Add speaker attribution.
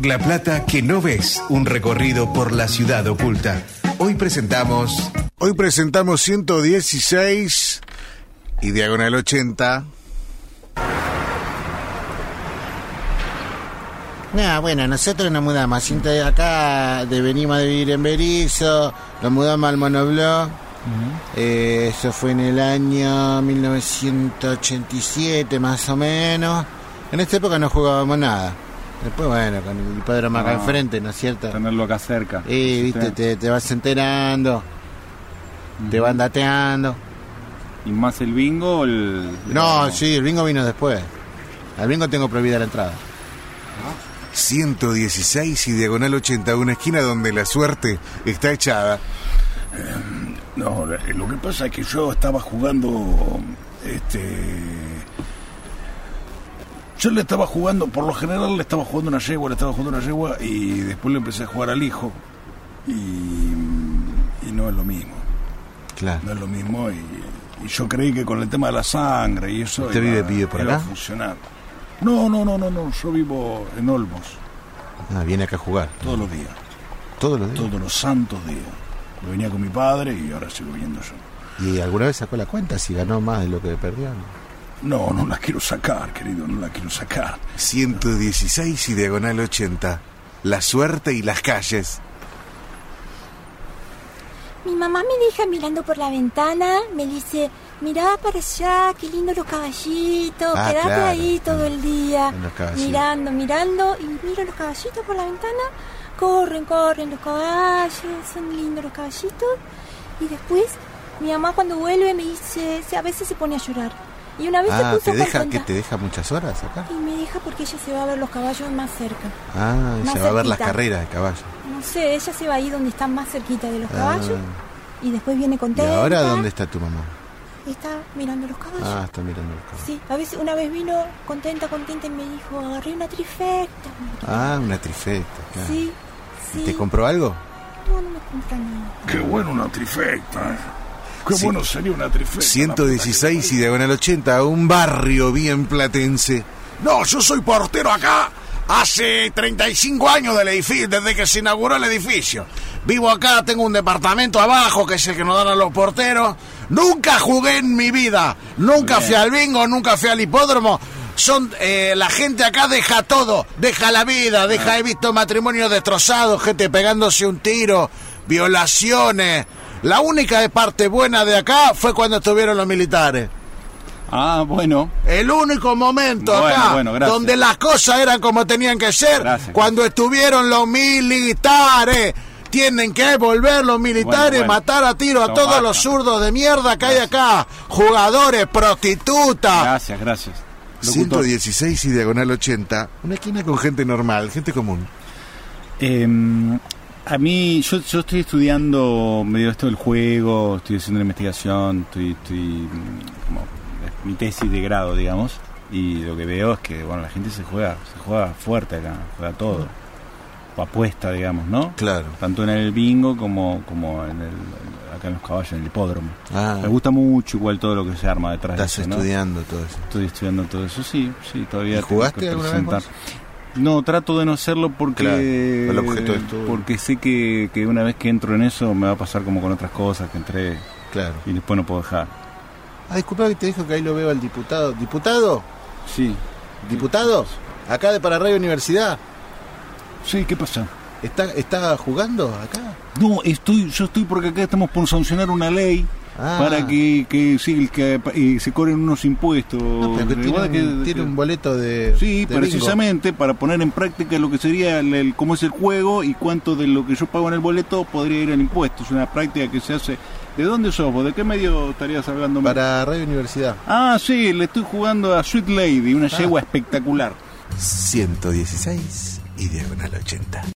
Speaker 1: La Plata que no ves, un recorrido por la ciudad oculta. Hoy presentamos
Speaker 2: Hoy presentamos 116 y diagonal 80.
Speaker 3: Nada, bueno, nosotros nos mudamos. Siento de acá de- venimos de vivir en Berizo, nos mudamos al Monobló. Eh, eso fue en el año 1987, más o menos. En esta época no jugábamos nada. Después, bueno, con el padre más acá
Speaker 4: No.
Speaker 3: enfrente, ¿no es cierto?
Speaker 4: Tenerlo acá cerca.
Speaker 3: Y, viste, te, te vas enterando, te van dateando.
Speaker 4: ¿Y más el bingo o el.?
Speaker 3: No,
Speaker 4: o-
Speaker 3: sí, el bingo vino después. Al bingo tengo prohibida la entrada.
Speaker 2: 116 y diagonal 80, una esquina donde la suerte está echada.
Speaker 5: No, lo que pasa es que yo estaba jugando. Este. Yo le estaba jugando, por lo general le estaba jugando una yegua, le estaba jugando una yegua y después le empecé a jugar al hijo. Y. y no es lo mismo.
Speaker 3: Claro.
Speaker 5: No es lo mismo y. y yo creí que con el tema de la sangre y eso.
Speaker 3: ¿Usted vive- vive por
Speaker 5: iba a
Speaker 3: acá?
Speaker 5: funcionar. No, no, no, no, no. Yo vivo en Olmos
Speaker 3: Ah, viene acá a jugar.
Speaker 5: todos los días,
Speaker 3: Todos los días.
Speaker 5: todos los santos días. Lo venía con mi padre y ahora sigo viniendo yo.
Speaker 3: ¿Y alguna vez sacó la cuenta si ganó más de lo que perdió?
Speaker 5: No, no la quiero sacar, querido, no la quiero sacar.
Speaker 2: 116 y diagonal 80, la suerte y las calles.
Speaker 6: Mi mamá me deja mirando por la ventana, me dice, mirá para allá, qué lindo los caballitos,
Speaker 3: Ah,
Speaker 6: quedate
Speaker 3: claro.
Speaker 6: ahí todo el día,
Speaker 3: En los caballitos.
Speaker 6: mirando, mirando, y miro los caballitos por la ventana, corren, corren los caballos, son lindos los caballitos, y después mi mamá cuando vuelve me dice, se- a veces se pone a llorar, y una vez se
Speaker 3: Ah,
Speaker 6: puso
Speaker 3: ¿te
Speaker 6: por
Speaker 3: deja, que
Speaker 6: cuenta,
Speaker 3: ¿te deja muchas horas acá?
Speaker 6: y me deja porque ella se va a ver los caballos más cerca.
Speaker 3: Ah,
Speaker 6: Más
Speaker 3: se va a ver las
Speaker 6: cerquita.
Speaker 3: carreras de caballo.
Speaker 6: No sé, ella se va ahí donde está más cerquita de los caballos.
Speaker 3: Ah,
Speaker 6: Y después viene
Speaker 3: ¿Y
Speaker 6: contenta.
Speaker 3: ahora dónde está tu mamá?
Speaker 6: Está mirando los caballos.
Speaker 3: Ah, está mirando los caballos.
Speaker 6: Sí, a veces una vez vino contenta, contenta y me dijo, agarré una trifecta.
Speaker 3: Ah, una trifecta, claro.
Speaker 6: Sí, sí.
Speaker 3: ¿Y ¿Te compró algo?
Speaker 6: No, no me compra nada.
Speaker 5: Qué bueno una trifecta. ¿eh? Qué
Speaker 2: Sí.
Speaker 5: bueno sería una trifecta.
Speaker 2: 116 y diagonal 80, un barrio bien platense.
Speaker 5: No, yo soy portero acá.
Speaker 2: Hace 35 años del edificio, desde que se inauguró el edificio. Vivo acá, tengo un departamento abajo que es el que nos dan a los porteros. Nunca jugué en mi vida. Nunca fui al bingo, nunca fui al hipódromo. Son eh, la gente acá deja todo, deja la vida, deja he visto matrimonios destrozados, gente pegándose un tiro, violaciones. La única de parte buena de acá fue cuando estuvieron los militares.
Speaker 4: Ah, bueno.
Speaker 2: El único momento
Speaker 4: Bueno,
Speaker 2: acá
Speaker 4: bueno, gracias.
Speaker 2: donde las cosas eran como tenían que ser,
Speaker 4: Gracias.
Speaker 2: cuando estuvieron los militares. Tienen que volver los militares,
Speaker 4: Bueno, bueno.
Speaker 2: matar a tiro a
Speaker 4: No,
Speaker 2: todos
Speaker 4: basta.
Speaker 2: los zurdos de mierda que hay acá. Jugadores,
Speaker 3: Ah.
Speaker 2: prostitutas.
Speaker 4: Gracias, gracias. Locutor.
Speaker 2: 116 y diagonal 80. Una esquina con gente normal, gente común.
Speaker 4: Eh, a mí, yo, yo estoy estudiando medio esto del juego, estoy haciendo una investigación, estoy, estoy mm, como es mi tesis de grado, digamos, y lo que veo es que, bueno, la gente se juega, se juega fuerte acá, juega todo, o apuesta, digamos, ¿no?
Speaker 2: Claro.
Speaker 4: Tanto en el bingo como, como en el, acá en los caballos, en el hipódromo.
Speaker 2: Ah,
Speaker 4: Me gusta mucho igual todo lo que se arma detrás de
Speaker 2: estás
Speaker 4: eso, ¿no?
Speaker 2: estudiando todo eso.
Speaker 4: Estoy estudiando todo eso, sí, sí, todavía.
Speaker 2: ¿Y
Speaker 4: tengo
Speaker 2: jugaste
Speaker 4: que
Speaker 2: alguna vez
Speaker 4: presentar.
Speaker 2: vos?
Speaker 4: No, trato de no hacerlo porque.
Speaker 2: Claro, el objeto de estudio.
Speaker 4: Porque sé que, que una vez que entro en eso me va a pasar como con otras cosas que entré
Speaker 2: Claro.
Speaker 4: y después no puedo dejar.
Speaker 3: Ah, disculpa que te dijo que ahí lo veo al diputado. ¿Diputado?
Speaker 4: Sí,
Speaker 3: ¿Diputado? Acá de para Radio Universidad.
Speaker 4: sí, ¿qué pasa?
Speaker 3: ¿Está, está jugando acá?
Speaker 4: No, estoy, yo estoy porque acá estamos por sancionar una ley
Speaker 3: Ah.
Speaker 4: para que, que, sí, que eh, se cobren unos impuestos.
Speaker 3: No, pero que tiene,
Speaker 4: Uh, Igual
Speaker 3: un,
Speaker 4: que-
Speaker 3: tiene
Speaker 4: que-
Speaker 3: un boleto de.
Speaker 4: Sí,
Speaker 3: de bingo.
Speaker 4: precisamente para poner en práctica lo que sería el, el- cómo es el juego y cuánto de lo que yo pago en el boleto podría ir al impuesto. Es una práctica que se hace. ¿De dónde sos vos? ¿De qué medio estarías hablando?
Speaker 3: Para Radio Universidad.
Speaker 4: Ah, sí, le estoy jugando a Sweet Lady, una yegua espectacular.
Speaker 2: 116 y diagonal 80.